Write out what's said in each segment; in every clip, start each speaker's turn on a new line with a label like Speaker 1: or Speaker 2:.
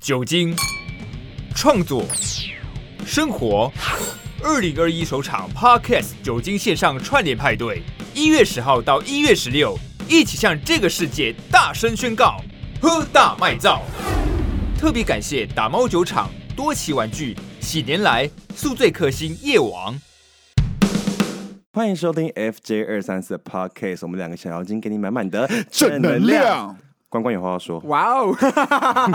Speaker 1: 酒精、创作、生活。二零二一首场 Podcast 酒精线上串联派对，一月十号到一月十六，一起向这个世界大声宣告：喝大卖造！特别感谢打猫酒厂、多奇玩具、喜年来、宿醉克星夜王。
Speaker 2: 欢迎收听 FJ 二三四 Podcast，我们两个小妖精给你满满的
Speaker 3: 正能量。
Speaker 2: 关关有话要说，
Speaker 4: 哇哦！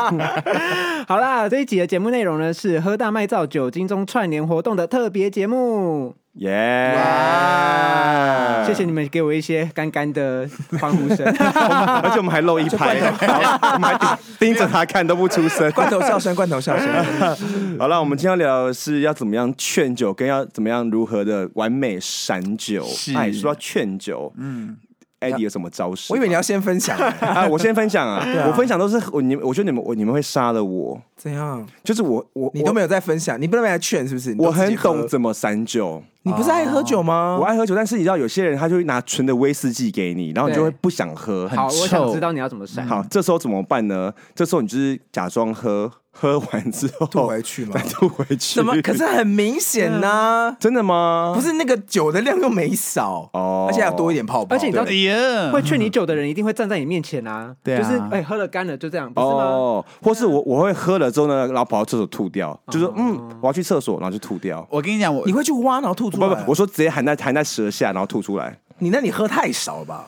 Speaker 4: 好啦，这一集的节目内容呢是喝大麦造酒精中串联活动的特别节目。
Speaker 2: 耶、嗯
Speaker 4: 谢谢你们给我一些干干的欢呼声。
Speaker 2: 而且我们还露一拍，然后我们还盯盯着他看都不出声。
Speaker 3: 罐头笑声，罐头笑 声。
Speaker 2: 好了，我们今天要聊的是要怎么样劝酒，跟要怎么样如何的完美闪酒。
Speaker 3: 是
Speaker 2: 哎，说到劝酒，嗯，Eddie 有什么招式吗？
Speaker 3: 我以为你要先 分享欸、
Speaker 2: 啊，我先分享 啊，我分享都是我你，我觉得你们我你们会杀了我，
Speaker 3: 怎样？
Speaker 2: 就是我我
Speaker 3: 你都没
Speaker 2: 有，
Speaker 3: 有在分享，你不能来劝是不是？你都
Speaker 2: 我
Speaker 3: 自
Speaker 2: 很
Speaker 3: 己喝
Speaker 2: 懂，怎么散酒。
Speaker 3: 你不是爱喝酒吗？
Speaker 2: 我爱喝酒，但是你知道有些人他就会拿纯的威士忌给你，然后你就
Speaker 4: 对
Speaker 2: 会不想喝。
Speaker 4: 好，我想
Speaker 3: 臭
Speaker 4: 知道你要怎么闪。
Speaker 2: 好，这时候怎么办呢？这时候你就是假装喝，喝完之后
Speaker 3: 吐回去吗
Speaker 2: 再？吐回去。
Speaker 3: 怎么？可是很明显呢、
Speaker 2: 真的吗？
Speaker 3: 不是那个酒的量又没少
Speaker 2: 哦
Speaker 3: 而且还有多一点泡泡。
Speaker 4: 而且你知道
Speaker 3: 对
Speaker 4: 会劝你酒的人一定会站在你面前啊，
Speaker 5: 对啊
Speaker 4: 就是哎、喝了干了就这样，不是吗？
Speaker 2: 哦，或
Speaker 3: 啊
Speaker 2: 是我我会喝了之后呢，然后跑到厕所吐掉，
Speaker 3: 哦
Speaker 2: 就是嗯，我要去厕所，然后就吐掉。
Speaker 5: 我跟你讲，我
Speaker 3: 你会去挖然后吐
Speaker 2: 不
Speaker 3: 出来。
Speaker 2: 不，我说直接含在含在舌下，然后吐出来。
Speaker 3: 你那你喝太少了吧？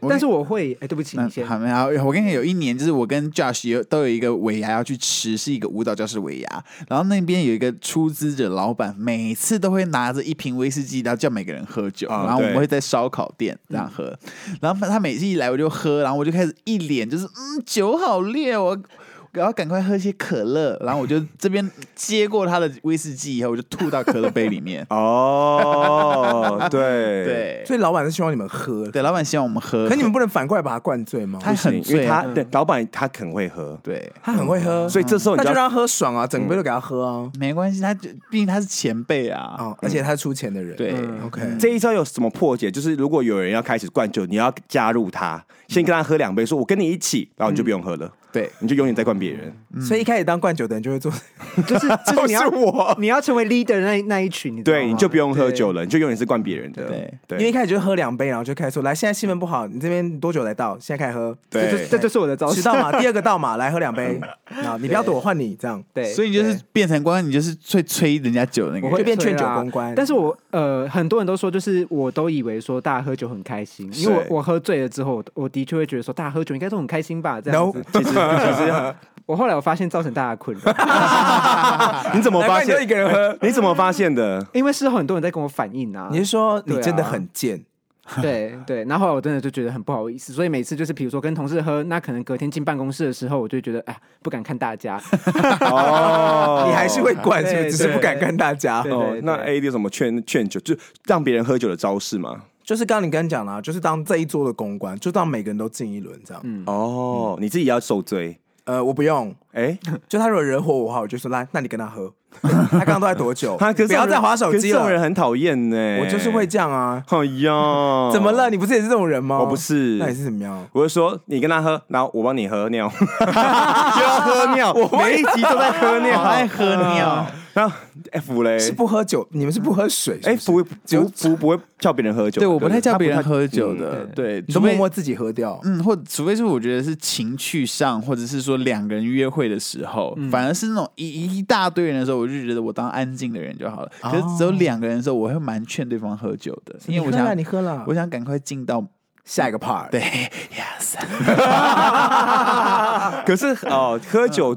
Speaker 5: 我
Speaker 4: 但是我会，哎、对不起，你先。
Speaker 5: 好没有，我跟你讲，有一年就是我跟 Josh 有都有一个尾牙要去吃，是一个舞蹈教室尾牙，然后那边有一个出资者老板，每次都会拿着一瓶威士忌，然后叫每个人喝酒，
Speaker 3: 哦
Speaker 2: 啊
Speaker 5: 然后我
Speaker 2: 对。
Speaker 5: 们会在烧烤店这样喝，然后他每次一来我就喝，然后我就开始一脸就是嗯酒好烈哦，我。然后赶快喝些可乐，然后我就这边接过他的威士忌以后，我就吐到可乐杯里面
Speaker 2: 哦，对，
Speaker 5: 对
Speaker 3: 所以老板是希望你们喝，
Speaker 5: 对，老板希望我们喝，
Speaker 3: 可你们不能反过来把他灌醉吗？
Speaker 5: 他很
Speaker 2: 因为
Speaker 5: 醉啊
Speaker 2: 他
Speaker 3: 嗯
Speaker 2: 对老板他肯会喝，
Speaker 5: 对，
Speaker 3: 他很会喝，
Speaker 2: 所以这时候你
Speaker 3: 嗯那
Speaker 2: 就
Speaker 3: 就
Speaker 2: 要
Speaker 3: 让他喝爽啊，整杯都给他喝啊。
Speaker 5: 没关系，他就毕竟他是前辈啊。
Speaker 2: 嗯
Speaker 3: 哦，而且他出钱的人，
Speaker 5: 对
Speaker 3: ，OK，
Speaker 2: 这一招有什么破解？就是如果有人要开始灌酒，你要加入
Speaker 3: 嗯
Speaker 2: 他，先跟他喝两杯，说我跟你一起，然后你就不用喝了，
Speaker 5: 对，
Speaker 2: 你就永远在灌别 人。哦
Speaker 3: 所以一开始当灌酒的人就会做，
Speaker 4: 就是就是 你要
Speaker 2: 我，
Speaker 4: 你要成为 leader 那那一群，你知道吗
Speaker 2: 对，你就不用喝酒
Speaker 4: 对
Speaker 2: 了，你就永远是灌别人的。
Speaker 5: 对
Speaker 2: 对，
Speaker 3: 因为一开始就喝两杯，然后就开始说，来，现在气氛不好，你这边多久来到？现在开始喝，
Speaker 2: 对
Speaker 4: 这就这就是我的招
Speaker 3: 迟
Speaker 4: 式。
Speaker 3: 到嘛，第二个到嘛，来喝两杯，然后你不要躲，换你这 样。
Speaker 4: 对，
Speaker 5: 所以你就是变成官，你就是最催人家酒的那个
Speaker 3: 我
Speaker 5: 人。
Speaker 3: 会变劝酒
Speaker 4: 对啦啊
Speaker 3: 公关
Speaker 4: 但是我呃，很多人都说，就是我都以为说大家喝酒很开心，因为
Speaker 2: 是
Speaker 4: 我我喝醉了之后，我我的确会觉得说大家喝酒应该都很开心吧，这样
Speaker 3: No，
Speaker 4: 子。
Speaker 2: 其实其实
Speaker 4: 我后来我发现造成大家困扰，
Speaker 2: 你怎么
Speaker 3: 难
Speaker 2: 发
Speaker 3: 怪你就一
Speaker 2: 现？
Speaker 3: 个人喝。
Speaker 2: 呃你怎么发现的？
Speaker 4: 因为是有很多人在跟我反映啊
Speaker 3: 你，是说你
Speaker 4: 对啊
Speaker 3: 真的很贱？
Speaker 4: 对对。然后后来我真的就觉得很不好意思，所以每次就是比如说跟同事喝，那可能隔天进办公室的时候，我就觉得哎呀不敢看大家，
Speaker 2: 哦，
Speaker 3: 你还是会灌，是不
Speaker 4: 对
Speaker 3: 是？只是不敢跟大家。
Speaker 4: 对
Speaker 2: 哦？那 A 有什么劝劝酒，就让别人喝酒的招式吗？
Speaker 3: 就是刚刚你刚刚讲了啊，就是当这一桌的公关，就当每个人都敬一轮这样。
Speaker 2: 哦，
Speaker 3: 嗯
Speaker 2: 你自己要受罪。
Speaker 3: 呃，我不用，
Speaker 2: 哎，
Speaker 3: 就他如果惹火我的话，我就说来，那你跟他 喝。 他刚刚都在多久？
Speaker 2: 他可是
Speaker 3: 不要再划手
Speaker 2: 可是
Speaker 3: 机
Speaker 2: 这种人
Speaker 3: 了。
Speaker 2: 很讨厌呢。
Speaker 3: 我就是会，这样啊。
Speaker 2: 哎呀，
Speaker 3: 怎么了？？你不是也是这种人吗？
Speaker 2: 我不是，
Speaker 3: 那你是怎么样？啊
Speaker 2: 我就说你跟他喝，然后我帮你喝 尿，又要喝尿，我每一集都在喝尿，
Speaker 5: 好爱喝尿，
Speaker 2: 然后 F 嘞，
Speaker 3: 是不喝酒？你们是不喝水？
Speaker 2: 哎
Speaker 3: 是不
Speaker 2: 不
Speaker 3: 是，只有
Speaker 2: 不不不会叫别人喝酒，
Speaker 5: 对，我不太叫别人喝酒
Speaker 2: 他
Speaker 5: 的
Speaker 2: 不太，嗯
Speaker 5: 对，
Speaker 3: 你
Speaker 5: 除
Speaker 3: 就默
Speaker 5: 非
Speaker 3: 默自己喝掉。
Speaker 5: 嗯，或除非是我觉得是情趣上，或者是说两个人约会的时候，反而是那种一一大堆人的时候，我就觉得我当安静的人就好了。可是只有两个人的时候，我会蛮劝对方喝酒哦的，因为我
Speaker 3: 你喝了
Speaker 5: 想
Speaker 3: 你喝了
Speaker 5: 我想赶快进到
Speaker 3: 下一个 part。
Speaker 5: 对 yes，
Speaker 2: 嗯 可是哦，喝酒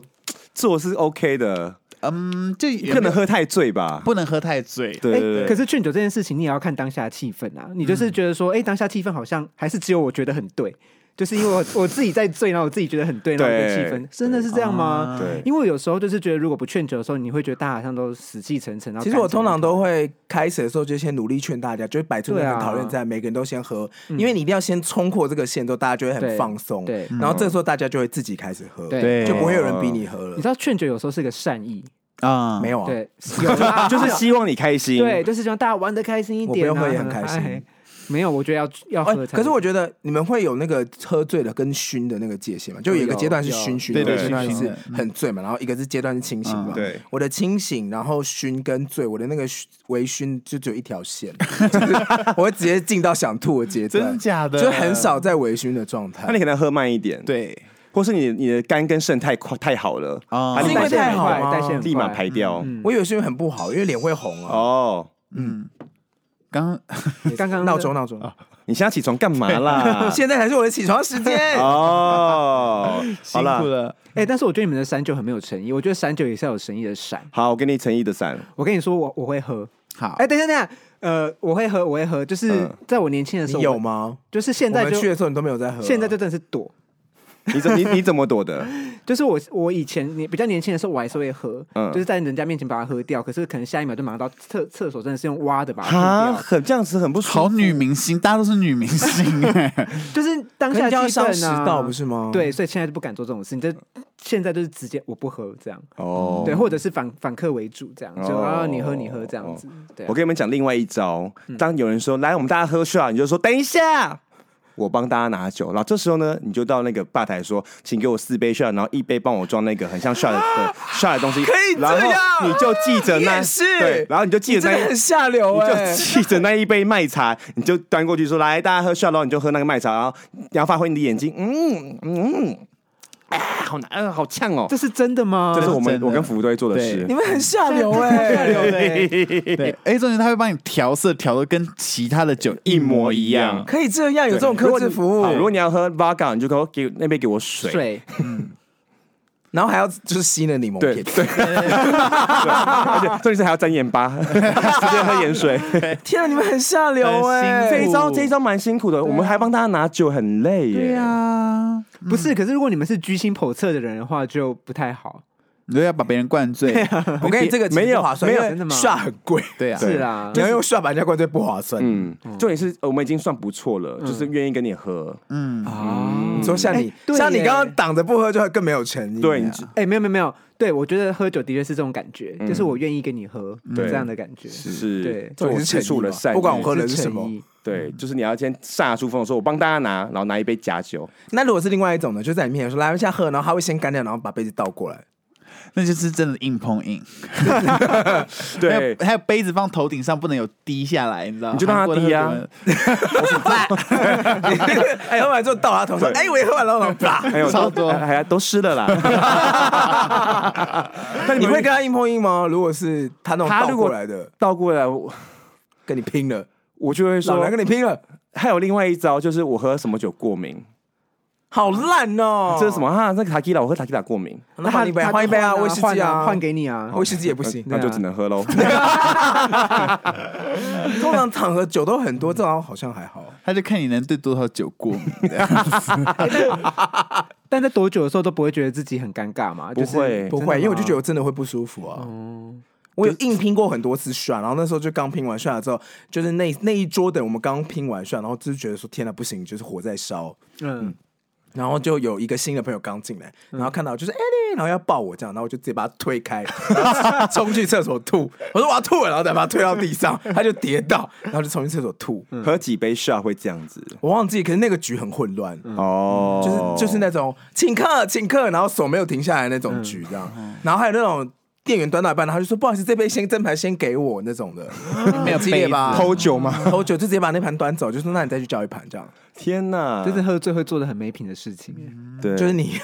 Speaker 2: 做是 OK 的，
Speaker 5: 嗯，就也
Speaker 2: 不能
Speaker 5: 没有
Speaker 2: 喝太醉吧？
Speaker 5: 不能喝太醉，
Speaker 2: 对
Speaker 4: 哎、
Speaker 2: 对
Speaker 4: 可
Speaker 2: 对，
Speaker 4: 是劝酒这件事情，你也要看当下的气氛啊。你就是觉得说，
Speaker 2: 嗯
Speaker 4: 哎、当下气氛好像还是只有我觉得很对，就是因为我 我自己在醉，然后我自己觉得很对，然后我的气
Speaker 2: 对
Speaker 4: 氛真的是这样吗？
Speaker 2: 对
Speaker 4: 因为有时候就是觉得，如果不劝酒的时候，你会觉得大家好像都死气沉沉。然后
Speaker 3: 其实我
Speaker 4: 干劲
Speaker 3: 通常都会开始的时候就先努力劝大家，就会摆出那
Speaker 4: 对
Speaker 3: 个
Speaker 4: 啊
Speaker 3: 很讨论在，每个人都先喝，
Speaker 5: 嗯
Speaker 3: 因为你一定要先冲破这个线之后，大家就会很
Speaker 4: 对
Speaker 3: 放松，
Speaker 4: 对
Speaker 3: 然后这个时候大家就会自己开始喝，
Speaker 4: 对
Speaker 5: 嗯对
Speaker 3: 就不会有人逼你喝了
Speaker 4: 你知。道劝酒有时候是个善意，
Speaker 5: 啊，
Speaker 3: 没有啊，
Speaker 4: 对，有啦
Speaker 5: 哎
Speaker 2: 就是希望你开心，
Speaker 4: 对，就是希望大家玩的开心一点、啊，
Speaker 3: 我不用喝也很开心
Speaker 4: 哎。没有，我觉得要要
Speaker 3: 哎
Speaker 4: 喝才。
Speaker 3: 可是我觉得你们会有那个喝醉了跟醺的那个界限嘛？就有一个阶段是
Speaker 4: 有
Speaker 3: 醺
Speaker 2: 有
Speaker 3: 醺的，一个
Speaker 2: 对
Speaker 3: 阶段
Speaker 5: 醺醺
Speaker 3: 是
Speaker 5: 的
Speaker 3: 很醉嘛，然后一个是阶段是清醒嘛
Speaker 5: 嗯。
Speaker 2: 对
Speaker 3: 我的清醒，然后醺跟醉，我的那个醺微醺就只有一条线，就是我会直接进到想吐的阶段，
Speaker 5: 真假的
Speaker 3: 就很少在微醺的状
Speaker 2: 那
Speaker 3: 态
Speaker 2: 你。可能喝慢一点，，
Speaker 5: 对
Speaker 2: 或是你你的肝跟肾太快太好了，
Speaker 5: 啊
Speaker 2: 还
Speaker 4: 代
Speaker 2: 是
Speaker 4: 谢
Speaker 2: 因为
Speaker 4: 很
Speaker 3: 太好啊
Speaker 4: 快
Speaker 3: 吗
Speaker 4: 代谢很
Speaker 2: 立马
Speaker 4: 快
Speaker 2: 排掉。
Speaker 5: 嗯
Speaker 3: 我以为是因为很不好，因为脸会红啊。
Speaker 2: 哦，
Speaker 5: 刚
Speaker 4: 刚刚
Speaker 3: 闹
Speaker 4: 那
Speaker 3: 钟闹钟，？
Speaker 2: 你现在起床干嘛啦
Speaker 3: 现在才是我的起床时间。
Speaker 2: 哦，好
Speaker 5: 辛
Speaker 2: 啦
Speaker 5: 苦，了，
Speaker 4: 哎、但是我觉得你们的闪酒很没有诚意。我觉得闪酒也是要有诚意的闪。
Speaker 2: 好，我给你诚意的伞，
Speaker 4: 我跟你说，我我会喝。
Speaker 5: 好
Speaker 4: 哎、等一下，等一下，呃，我会喝，我会喝。就是
Speaker 2: 嗯
Speaker 4: 在我年轻的时候，
Speaker 3: 你有
Speaker 4: 我？
Speaker 3: 吗？
Speaker 4: 就是现
Speaker 3: 我
Speaker 4: 在
Speaker 3: 们去
Speaker 4: 就
Speaker 3: 的时候你都没有在喝啊，
Speaker 4: 现在就真的是躲。
Speaker 2: 你怎你你怎么躲的？
Speaker 4: 就是我我以前你比较年轻的时候，我还是会喝，
Speaker 2: 嗯
Speaker 4: 就是在人家面前把它喝掉。可是可能下一秒就马上到厕厕所，真的是用挖的把它
Speaker 2: 啊，
Speaker 4: 喝
Speaker 2: 很这样子很不舒服
Speaker 5: 好女明星，大家都是女明星哎，
Speaker 4: 掉，就是当
Speaker 3: 可能
Speaker 4: 下气
Speaker 3: 就要伤食
Speaker 4: 氛啊，
Speaker 3: 道不是吗？
Speaker 4: 对，所以现在就不敢做这种事情，就现在就是直接我不喝这样，
Speaker 2: 哦
Speaker 4: 嗯对，或者是反反客为主这样，就
Speaker 2: 哦
Speaker 4: 啊你喝你喝这
Speaker 3: 哦
Speaker 4: 样子，对啊
Speaker 2: 我，跟你们讲另外一招，当有人说来我们大家喝 shot，你就说等一下。我帮大家拿酒，然后这时候呢，你就到那个吧台说，请给我四杯 shot，然后一杯帮我装那个很像 shot 的的 shot 的东西，可
Speaker 3: 以这
Speaker 2: 然
Speaker 3: 样
Speaker 2: 后你就记着那，
Speaker 3: 也是
Speaker 2: 对，然后你就记
Speaker 3: 你
Speaker 2: 着
Speaker 3: 真
Speaker 2: 那
Speaker 3: 的
Speaker 2: 一，
Speaker 3: 很下流
Speaker 2: 你
Speaker 3: 哎
Speaker 2: 就。记着那一杯麦茶，你就端过去说来大家喝 shot，然后你就喝那个麦茶，然后你要发挥你的眼睛，嗯嗯，哎，好难，呃好呛哦
Speaker 4: 这，是真的吗？
Speaker 2: 这是我
Speaker 5: 真
Speaker 2: 们
Speaker 5: 的
Speaker 2: 我跟服务队做的
Speaker 5: 对
Speaker 2: 事
Speaker 3: 你，们很下 流哎、
Speaker 5: 对，哎，重点他会帮你调色，调的跟其他的酒一
Speaker 2: 一
Speaker 5: 模
Speaker 2: 模
Speaker 5: 一
Speaker 2: 一
Speaker 5: 样
Speaker 2: 样，
Speaker 3: 可以这样有这种
Speaker 2: 如
Speaker 3: 客
Speaker 2: 果
Speaker 3: 制
Speaker 2: 你
Speaker 3: 服务
Speaker 2: 好，如果你要喝 vodka，你就给我给那边给我哦水。
Speaker 4: 水，
Speaker 3: 然后还要就是吸那柠檬
Speaker 2: 对
Speaker 3: 片，
Speaker 2: 对， 而且重点是还要沾盐巴， 直接喝盐水。
Speaker 3: 天啊，你们很下流哎、
Speaker 5: 很
Speaker 2: 这
Speaker 5: 辛
Speaker 2: 一
Speaker 5: 苦
Speaker 2: 招这一招蛮辛苦的，我们还帮大家拿酒，很累耶。
Speaker 5: 对呀，
Speaker 4: 不是，可是如果你们是居心叵测的人的话，就不太好。
Speaker 5: 你就要把别人灌醉，
Speaker 3: 我跟你这个其实
Speaker 2: 没有
Speaker 3: 不划算，
Speaker 2: 没有
Speaker 3: 因为
Speaker 4: 真的吗
Speaker 3: 刷很贵，
Speaker 5: 对啊，
Speaker 4: 是啦
Speaker 3: 你，要用刷把人家灌醉不划算。嗯，
Speaker 2: 嗯，重点是呃我们已经算不错了，就是愿意跟你喝。
Speaker 5: 嗯，
Speaker 4: 哦
Speaker 3: 你说像你
Speaker 4: 哎，对
Speaker 3: 像你
Speaker 4: 耶
Speaker 3: 刚刚挡着不喝，就更没有诚意。啊
Speaker 2: 对，你
Speaker 4: 哎、没有没有没有，对我觉得喝酒的确是这种感觉，就是我愿意跟你喝，
Speaker 2: 对
Speaker 4: 这样的感觉。
Speaker 2: 是
Speaker 4: 对
Speaker 2: 这
Speaker 3: 重
Speaker 2: 我
Speaker 3: 点是
Speaker 2: 吃
Speaker 3: 诚
Speaker 2: 出
Speaker 3: 意
Speaker 2: 了
Speaker 3: 嘛
Speaker 2: 善意。
Speaker 3: 不管我喝的
Speaker 4: 是
Speaker 3: 是什么
Speaker 4: 诚。意
Speaker 2: 对，就是你要先煞出风头说，我帮大家拿，然后拿一杯假酒。
Speaker 3: 那如果是另外一种呢，就在你面前说来，我现在喝，然后他会先干掉，然后把杯子倒过 来。
Speaker 5: 那就是真的硬碰硬。还有
Speaker 2: 对，
Speaker 5: 还有杯子放头顶上不能有滴下来，你知道？
Speaker 2: 你就让它滴啊
Speaker 5: 韩国的
Speaker 3: 哎，喝完之后倒他头上，
Speaker 2: 对
Speaker 3: 哎，我也喝完了，然后 啪。
Speaker 2: 还有
Speaker 5: 差
Speaker 2: 都
Speaker 5: 不多
Speaker 2: 还还都湿了 啦。
Speaker 3: 那你会跟他硬碰硬吗？如果是他那种
Speaker 2: 他
Speaker 3: 倒
Speaker 2: 如果
Speaker 3: 过来的，
Speaker 2: 倒过来，我
Speaker 3: 跟你拼了，
Speaker 2: 我就会
Speaker 3: 老
Speaker 2: 说
Speaker 3: 娘，跟你拼了，
Speaker 2: 还有另外一招，就是我喝什么酒过敏，
Speaker 3: 好烂哦！
Speaker 2: 这是什么啊？那个塔基拉，我喝塔基拉过敏，
Speaker 3: 那换一杯，换一杯啊，
Speaker 4: 换
Speaker 3: 威士忌啊，
Speaker 4: 换给你啊。
Speaker 3: 威士忌也不行。
Speaker 2: 那就只能喝 喽。
Speaker 3: 通常场合酒都很多，这好像还好。
Speaker 4: 哎
Speaker 5: 他就看你能对多少酒过敏。
Speaker 4: 但在躲酒的时候都不会觉得自己很尴尬嘛？
Speaker 2: 不会
Speaker 3: 不
Speaker 4: 真的吗
Speaker 3: 会，
Speaker 4: 哦
Speaker 3: 因为我就觉得我真的会不舒服啊。我有硬拼过很多次涮，然后那时候就刚拼完涮了之后，就是那那一桌的我们刚拼完涮，然后就是觉得说天哪不行，就是火在烧。
Speaker 4: 就是嗯，
Speaker 3: 然后就有一个新的朋友刚进来，然后看到就是哎、欸，然后要抱我这样，然后我就直接把他推开，然后冲 去厕所吐。我说我要吐了，然后再把他推到地上，他就跌倒，然后就冲去厕所吐。
Speaker 2: 喝几杯 shot 会这样子
Speaker 3: 我忘记，可是那个局很混乱，
Speaker 2: 哦，
Speaker 3: 嗯就是就是那种请客请客，然后手没有停下来那种局这样，
Speaker 2: 嗯
Speaker 3: 然后还有那种店员端到一半，他就说不好意思，这杯先真牌先给我那种的，没有激烈吧？
Speaker 2: 偷酒吗？
Speaker 3: 偷酒就直接把那盘端走，就说那你再去叫一盘这样，
Speaker 2: 天哪，
Speaker 3: 嗯
Speaker 4: 这是喝醉会做的很没品的事情。
Speaker 2: 对，
Speaker 3: 就是你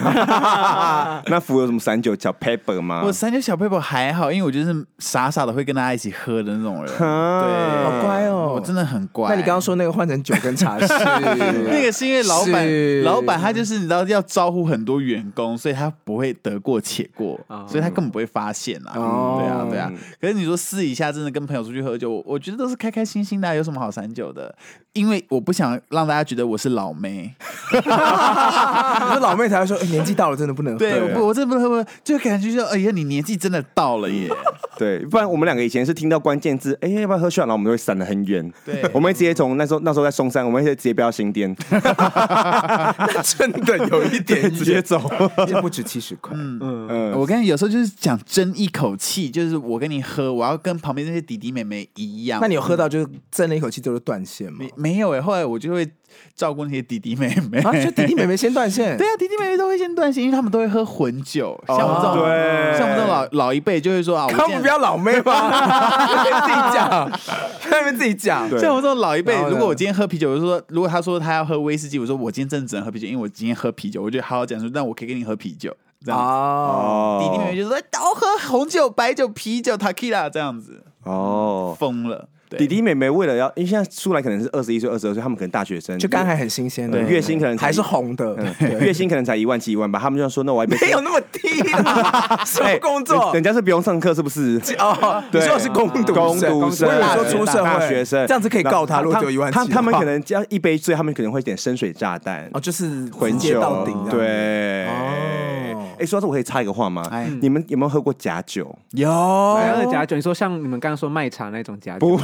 Speaker 2: 那福有什么散酒叫 pepper 吗？
Speaker 5: 我三九小佩宝还好，因为我就是傻傻的会跟大家一起喝的那种人，对，
Speaker 3: 好乖哦
Speaker 5: 我真的很乖。
Speaker 3: 那你刚刚说那个换成酒跟茶是
Speaker 5: 那个是因为老板，
Speaker 3: 是
Speaker 5: 老板他就是你知道要招呼很多员工，所以他不会得过且过，
Speaker 4: 哦
Speaker 5: 所以他根本不会发现啊。
Speaker 3: 哦
Speaker 5: 对啊，对啊。可是你说私底下真的跟朋友出去喝酒，我我觉得都是开开心心的啊、有什么好散酒的？因为我不想让大家觉得得我是 老妹，
Speaker 3: 那老妹才会说、哎年纪到了真的不能喝。
Speaker 5: 对，我不我真的不不，就感觉就哎呀，你年纪真的到 了耶，
Speaker 2: 对，不然我们两个以前是听到关键字，哎、要不要喝血，然后我们就会闪得很远。
Speaker 5: 对
Speaker 2: 我们会直接从那时候那时候在松山，我们会直接飙到新 店，
Speaker 3: 真的有一点
Speaker 2: 直接走。
Speaker 3: 这不止七十块，
Speaker 2: 嗯，
Speaker 5: 我跟你有时候就是讲争一口气，就是我跟你喝，我要跟旁边那些弟弟妹妹一样。
Speaker 3: 那你有喝到就是争了一口气就是断线吗
Speaker 5: 没？没有哎、后来我就会照顾那些弟弟妹妹。
Speaker 3: 啊，就弟弟妹妹先断线。
Speaker 5: 对啊，弟弟妹妹都会先断线，因为他们都会喝混酒。像我这种，
Speaker 2: 哦对
Speaker 5: 像我们这种老老一辈就会说啊，我
Speaker 3: 他
Speaker 5: 现
Speaker 3: 们哦
Speaker 5: 在
Speaker 3: 不要老妹 吗？自己讲，在那边自己讲。
Speaker 2: 对
Speaker 5: 像我这种老一辈
Speaker 3: 然后，呢
Speaker 5: 如果我今天喝啤酒，我就说，如果他说他要喝威士忌，我说我今天真的只能喝啤酒，因为我今天喝啤酒，我就好好讲说，那我可以跟你喝啤酒这样子。
Speaker 2: 哦
Speaker 3: 哦，
Speaker 5: 弟弟妹妹就说哎都喝红酒、白酒、啤酒、tequila 这样子，
Speaker 2: 哦，
Speaker 5: 疯了。对
Speaker 2: 弟弟妹妹为了要，因为现在出来可能是二十一岁、二十二岁，他们可能大学生，
Speaker 3: 就刚还很新鲜的，
Speaker 2: 对月薪可能才
Speaker 3: 还是红的，
Speaker 2: 嗯月薪可能才一万七一万吧，他们就说那我 还
Speaker 3: 没有那么低 啦，什
Speaker 2: 哎
Speaker 3: 么工作
Speaker 2: 人？家是不用上课是不 是？
Speaker 3: 哦，你说我是工读
Speaker 2: 工读
Speaker 3: 生，
Speaker 2: 生，
Speaker 3: 我以为说出社
Speaker 2: 大
Speaker 3: 会
Speaker 2: 学生，
Speaker 3: 这样子可以告他，
Speaker 2: 然后
Speaker 3: 如果只有一万七
Speaker 2: 他
Speaker 3: 的话，
Speaker 2: 他们可能只要一杯醉，他们可能会点深水炸弹
Speaker 3: 哦，，就是直
Speaker 2: 混
Speaker 3: 接
Speaker 2: 酒
Speaker 3: 到顶，这样。
Speaker 2: 对。
Speaker 3: 哦
Speaker 2: 哎，说到这，我可以插一个话吗
Speaker 5: 哎？
Speaker 2: 你们有没有喝过假 酒？
Speaker 5: 有
Speaker 2: 哎
Speaker 4: 白
Speaker 3: 哦
Speaker 4: 二假酒，你说像你们刚刚说卖茶那种假酒，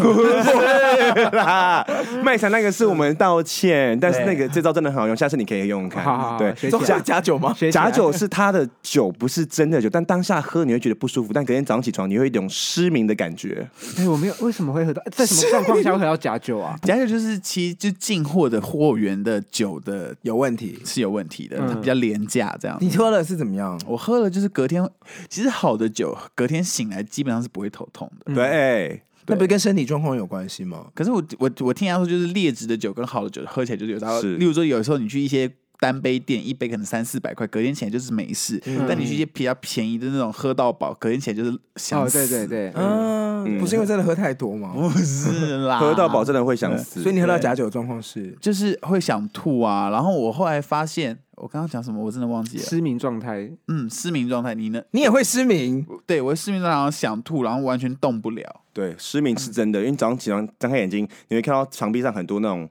Speaker 2: 啦，卖场那个是我们道歉，但是那个这招真的很好用，下次你可以用用看
Speaker 4: 好好好。
Speaker 2: 对，
Speaker 4: 学
Speaker 3: 都
Speaker 4: 起
Speaker 3: 假
Speaker 4: 来。
Speaker 3: 假酒吗？
Speaker 4: 学起来
Speaker 2: 假酒是它的酒，不是真的酒，但当下喝你会觉得不舒服，但隔天早上起床你会有一种失明的感觉。
Speaker 4: 哎，我没有，为什么会喝到？在什么状况下会喝到假 酒啊？
Speaker 5: 假酒就是其实就进货的货源的酒的
Speaker 3: 有问题，
Speaker 5: 是有问题的，
Speaker 4: 嗯
Speaker 5: 它比较廉价这样子。
Speaker 3: 你喝了是怎么样？
Speaker 5: 我喝了就是隔天，其实好的酒隔天醒来基本上是不会头痛
Speaker 3: 嗯
Speaker 5: 的。
Speaker 2: 对，
Speaker 3: 那不是跟身体状况有关系吗？
Speaker 5: 可是我我我听人家说，就是劣质的酒跟好的酒喝起来就是有差别。
Speaker 2: 是
Speaker 5: 例如说，有时候你去一些单杯店，一杯可能三四百块，隔天起来就是没事；
Speaker 4: 嗯
Speaker 5: 但你去一些比较便宜的那种喝到饱，隔天起来就是想
Speaker 4: 哦，
Speaker 5: 死。
Speaker 4: 对对，对，
Speaker 3: 嗯，不是因为真的喝太多吗？
Speaker 5: 不是
Speaker 3: 啊
Speaker 5: 啦，
Speaker 2: 喝到饱真的会想死。
Speaker 3: 所以你喝到假酒的状况是
Speaker 5: 就是会想吐啊。然后我后来发现，我刚刚讲什么，我真的忘记了。
Speaker 4: 失明状态，
Speaker 5: 嗯，失明状态，你呢？
Speaker 3: 你也会失明，
Speaker 5: 对我失明状态，然后想吐，然后完全动不了。
Speaker 2: 对失明
Speaker 3: 嗯
Speaker 2: 是真的，因为早上起床张开眼睛，你会看到墙壁上很多那种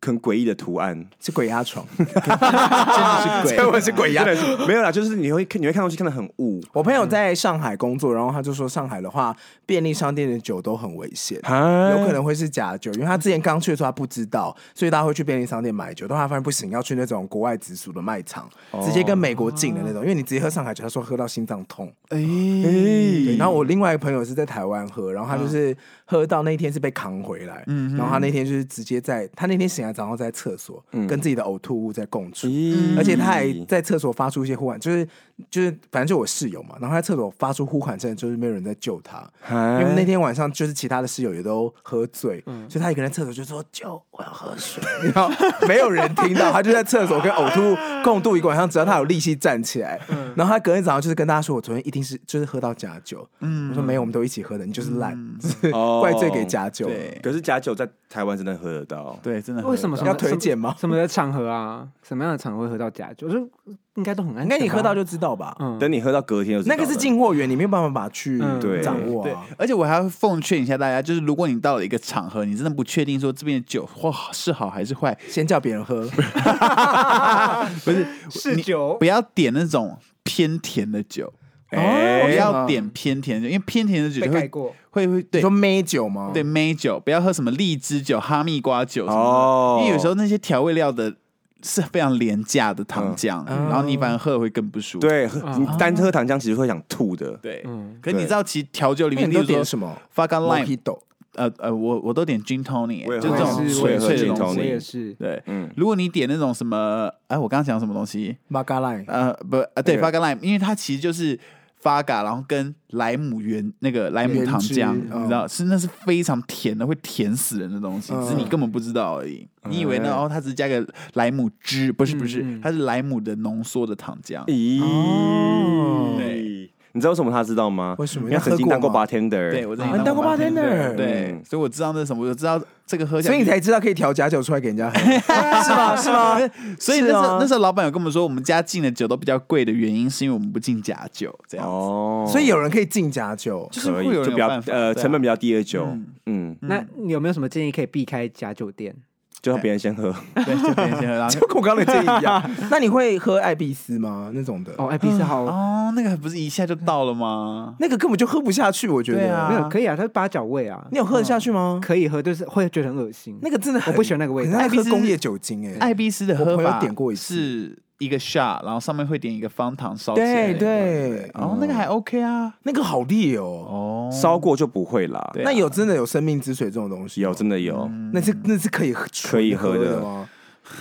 Speaker 2: 很诡异的图案。
Speaker 3: 是鬼 压床，
Speaker 5: 真的
Speaker 3: 是
Speaker 5: 是鬼。
Speaker 3: 鬼
Speaker 2: 真的是没有啦，就是你会你会看上去看得很 雾
Speaker 3: 我朋友在上海工作，然后他就说上海的话，便利商店的酒都很危险。
Speaker 2: 啊
Speaker 3: 有可能会是假酒，因为他之前刚去的时候他不知道，所以他会去便利商店买酒，但他发现不行，要去那种国外直属的卖场，直接跟美国进的那种，因为你直接喝上海酒，他说喝到心脏痛。
Speaker 4: 哎
Speaker 5: 嗯
Speaker 3: 对，然后我另外一个朋友是在台湾喝，然后他就是喝到那一天是被扛回来，然后他那天就是直接在他那天醒来早上在厕所、跟自己的呕吐物在共处，
Speaker 2: 咦
Speaker 3: 而且他还在厕所发出一些呼喊，就是就是反正就我室友嘛，然后他在厕所发出呼喊声，就是没有人在救他，
Speaker 2: 哎
Speaker 3: 因为那天晚上就是其他的室友也都喝醉，所以他一个人在厕所就说救我要喝水， 然后没有人听到，他就在厕所跟呕吐物共度一个晚上，只要他有力气站起来，然后他隔天早上就是跟大家说，我昨天一定是就是喝到假酒，我说没有，我们都一起喝的，你就是烂，就是
Speaker 2: 哦
Speaker 3: 怪罪给假欸酒，
Speaker 5: 对
Speaker 2: 可是假酒在台湾真的喝得到，
Speaker 5: 对，真的 喝
Speaker 4: 为什么
Speaker 5: 到
Speaker 4: 什么
Speaker 3: 要推荐吗？
Speaker 4: 什么的场合啊？什么样的场合会喝到假酒？就应该都很安全
Speaker 3: 应
Speaker 4: 吧。
Speaker 3: 该你喝到就知道吧，
Speaker 4: 嗯，
Speaker 2: 等你喝到隔天就知道
Speaker 3: 那
Speaker 2: 了
Speaker 3: 个是哦进货源，你没有办法把它去
Speaker 4: 嗯对
Speaker 3: 掌握
Speaker 5: 对
Speaker 3: 啊。，
Speaker 5: 而且我还要奉劝一下大家，就是如果你到了一个场合，你真的不确定说这边的酒或是好还是坏，
Speaker 3: 先叫别人喝，
Speaker 5: 不是
Speaker 4: 试酒
Speaker 5: 不要点那种偏甜的酒，
Speaker 2: 哎
Speaker 5: 不
Speaker 3: 为什么
Speaker 5: 要点偏甜的酒，因为偏甜的酒
Speaker 3: 哦
Speaker 4: 被
Speaker 5: 就
Speaker 4: 盖
Speaker 5: 会
Speaker 4: 过，
Speaker 5: 会会
Speaker 3: 你
Speaker 5: 对
Speaker 3: 说梅酒吗？
Speaker 5: 对梅酒，不要喝什么荔枝酒、哈密瓜酒什么的，
Speaker 3: 啊
Speaker 2: 哦
Speaker 5: 因为有时候那些调味料的是非常廉价的糖浆，
Speaker 3: 嗯
Speaker 5: 然后你反而喝了会更不舒服。
Speaker 2: 对，喝你单喝糖浆其实会想吐的。
Speaker 5: 对，
Speaker 4: 嗯
Speaker 5: 可是你知道其实调酒里
Speaker 3: 那
Speaker 5: 面，
Speaker 3: 哎你
Speaker 5: 例
Speaker 3: 都
Speaker 5: 如说
Speaker 3: 点什么
Speaker 5: f u c k
Speaker 3: m o
Speaker 5: lime
Speaker 3: j i
Speaker 5: 呃呃，我我都点 gin tonic，
Speaker 2: 我也
Speaker 5: 就
Speaker 2: 会
Speaker 5: 这
Speaker 4: 我
Speaker 5: 种
Speaker 4: 也是
Speaker 5: 纯
Speaker 2: 也会
Speaker 5: 粹的
Speaker 2: gin
Speaker 5: 东西。
Speaker 4: 我
Speaker 2: tonic
Speaker 4: 也是。
Speaker 5: 对，
Speaker 2: 嗯
Speaker 3: 哦
Speaker 5: 如果你点那种什么，哎，我刚刚讲什么东西？
Speaker 3: m a g a l i
Speaker 5: 呃，不，呃，对
Speaker 2: 那
Speaker 5: 发
Speaker 2: 个
Speaker 5: a lime，因为它其实就是发 a 然后跟莱姆原那个莱姆
Speaker 3: 原
Speaker 5: 糖
Speaker 3: 汁
Speaker 5: 浆，
Speaker 3: 嗯
Speaker 5: 你知道，是那是非常甜的，会甜死人的东西，只是你
Speaker 3: 嗯
Speaker 5: 根本不知道而已。你以为呢？哦，它只是加个莱姆汁，不是不是，
Speaker 4: 嗯嗯
Speaker 5: 它是莱姆的浓缩的糖浆。
Speaker 2: 咦，
Speaker 5: 对
Speaker 2: 你知道为什么他知道吗？
Speaker 3: 为什么
Speaker 2: 因为他曾经当过
Speaker 3: 你喝
Speaker 2: bartender。
Speaker 5: 对，我真
Speaker 3: 啊
Speaker 5: 的
Speaker 3: 你当过 bartender
Speaker 5: 对，所以我知道那是什么，我知道这个喝下
Speaker 3: 所
Speaker 5: 去，
Speaker 3: 以你才知道可以调假酒出来给人家喝，是吗？是吗？
Speaker 5: 所以
Speaker 3: 是
Speaker 5: 那时候、
Speaker 3: 啊
Speaker 5: 那时候老板有跟我们说，我们家进的酒都比较贵的原因，是因为我们不进假酒，这样、
Speaker 2: 哦，
Speaker 3: 所以有人可以进假酒，
Speaker 5: 就是
Speaker 2: 可
Speaker 5: 会
Speaker 2: 以
Speaker 5: 有人
Speaker 2: 就比
Speaker 5: 有
Speaker 2: 较
Speaker 5: 办法
Speaker 2: 呃
Speaker 5: 对啊
Speaker 2: 成本比较低的酒，嗯，
Speaker 4: 那你有没有什么建议可以避开假酒店？
Speaker 2: 就让别人先喝。
Speaker 5: 对，就别人先喝，然后
Speaker 3: 就跟我刚刚的建议一样。那你会喝艾必斯吗？那种的，
Speaker 4: 哦，艾比斯好，
Speaker 3: 啊
Speaker 5: 哦，那个不是一下就到了吗？
Speaker 3: 那个根本就喝不下去，我觉
Speaker 5: 对
Speaker 3: 得。
Speaker 5: 啊
Speaker 4: 没有可以啊，它是八角味啊，
Speaker 3: 你有喝得下去吗？
Speaker 4: 可以喝，就是会觉得很恶心。
Speaker 3: 那个真的很，
Speaker 4: 我不喜欢那个味道
Speaker 3: 很爱
Speaker 5: 艾必
Speaker 3: 喝
Speaker 5: 斯
Speaker 3: 工业酒精哎。
Speaker 5: 艾必斯的
Speaker 3: 我
Speaker 5: 喝
Speaker 3: 朋友
Speaker 5: 法
Speaker 3: 点过一次
Speaker 5: 是一个 shot，然后上面会点一个方糖烧起
Speaker 3: 对，
Speaker 5: 来。
Speaker 3: 对，
Speaker 5: 哦，那个还 OK 啊。
Speaker 3: 那个好烈哦。
Speaker 5: 哦，
Speaker 2: 烧过就不会啦，
Speaker 5: 对啊
Speaker 3: 那有真的有生命之水这种东西？
Speaker 2: 有，真的有。
Speaker 3: 那是那是可以喝
Speaker 2: 可以喝
Speaker 3: 嗯喝
Speaker 2: 的
Speaker 3: 吗？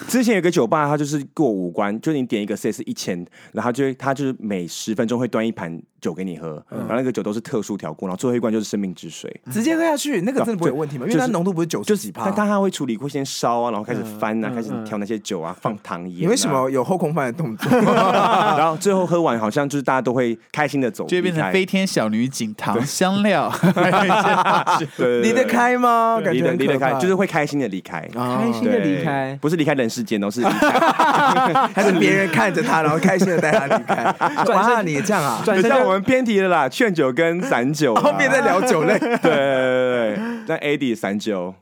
Speaker 2: 之前有个酒吧，它就是过五关，就你点一个 C 是一千，然后它就会它就是每十分钟会端一盘酒给你喝，然后那个酒都是特殊调过，然后最后一关就是生命之水。
Speaker 3: 直接喝下去，那个真的不会有问题吗？因为它
Speaker 2: 啊就是
Speaker 3: 浓度不是九十几帕。
Speaker 2: 但它还会处理，会先烧啊，然后开始翻啊，开始调那些酒啊，放糖盐、啊。
Speaker 3: 你为什么 有后空翻的动作？
Speaker 2: 然后最后喝完，好像就是大家都会开心的走，
Speaker 5: 就会变
Speaker 2: 离
Speaker 5: 成
Speaker 2: 开
Speaker 5: 飞天小女警糖香 料，还有一些化学
Speaker 2: 对对对
Speaker 3: 离得开吗？感
Speaker 2: 离
Speaker 3: 觉
Speaker 2: 得
Speaker 3: 很
Speaker 2: 离得
Speaker 3: 可怕
Speaker 2: 开，就是会开心的离开。
Speaker 3: 啊
Speaker 4: 开心的
Speaker 2: 对
Speaker 4: 离开，
Speaker 2: 不是离开人世间 哦，是离开
Speaker 3: 还是别人看着他，然后开心的带他 离开。哇，你也这样啊？
Speaker 2: 转身。我们偏题了啦，劝酒跟散 酒啦，
Speaker 3: 后面再聊酒 类，
Speaker 2: 对对对对对，但 AD 散酒，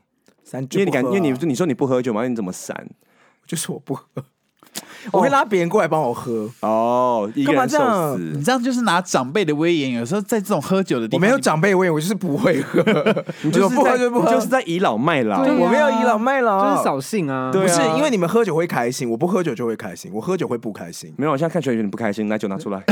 Speaker 3: 三句
Speaker 2: 因为你感，
Speaker 3: 不
Speaker 2: 因
Speaker 3: 喝啊
Speaker 2: 为你哦你说你不喝酒嘛，那你怎么散？
Speaker 3: 就是我不喝，我会拉别人过来帮我喝。
Speaker 2: 哦，一个
Speaker 3: 干嘛
Speaker 2: 人
Speaker 3: 这
Speaker 2: 受
Speaker 3: 样
Speaker 5: 你
Speaker 2: 死，
Speaker 5: 这样就是拿长辈的威严，有时候在这种喝酒的地
Speaker 3: 我没
Speaker 5: 方，
Speaker 3: 有长辈味，我就是不会喝，你
Speaker 2: 你就是
Speaker 3: 不
Speaker 2: 在
Speaker 3: 喝就不喝，
Speaker 2: 你就是在倚老卖老。
Speaker 4: 对
Speaker 3: 我没有倚老卖老，
Speaker 4: 就是扫兴啊。
Speaker 2: 对
Speaker 3: 不
Speaker 2: 啊
Speaker 3: 是因为你们喝酒会开心，我不喝酒就会开心，我喝酒会不开心，
Speaker 2: 没有，我现在看起来有点不开心，来酒拿出来。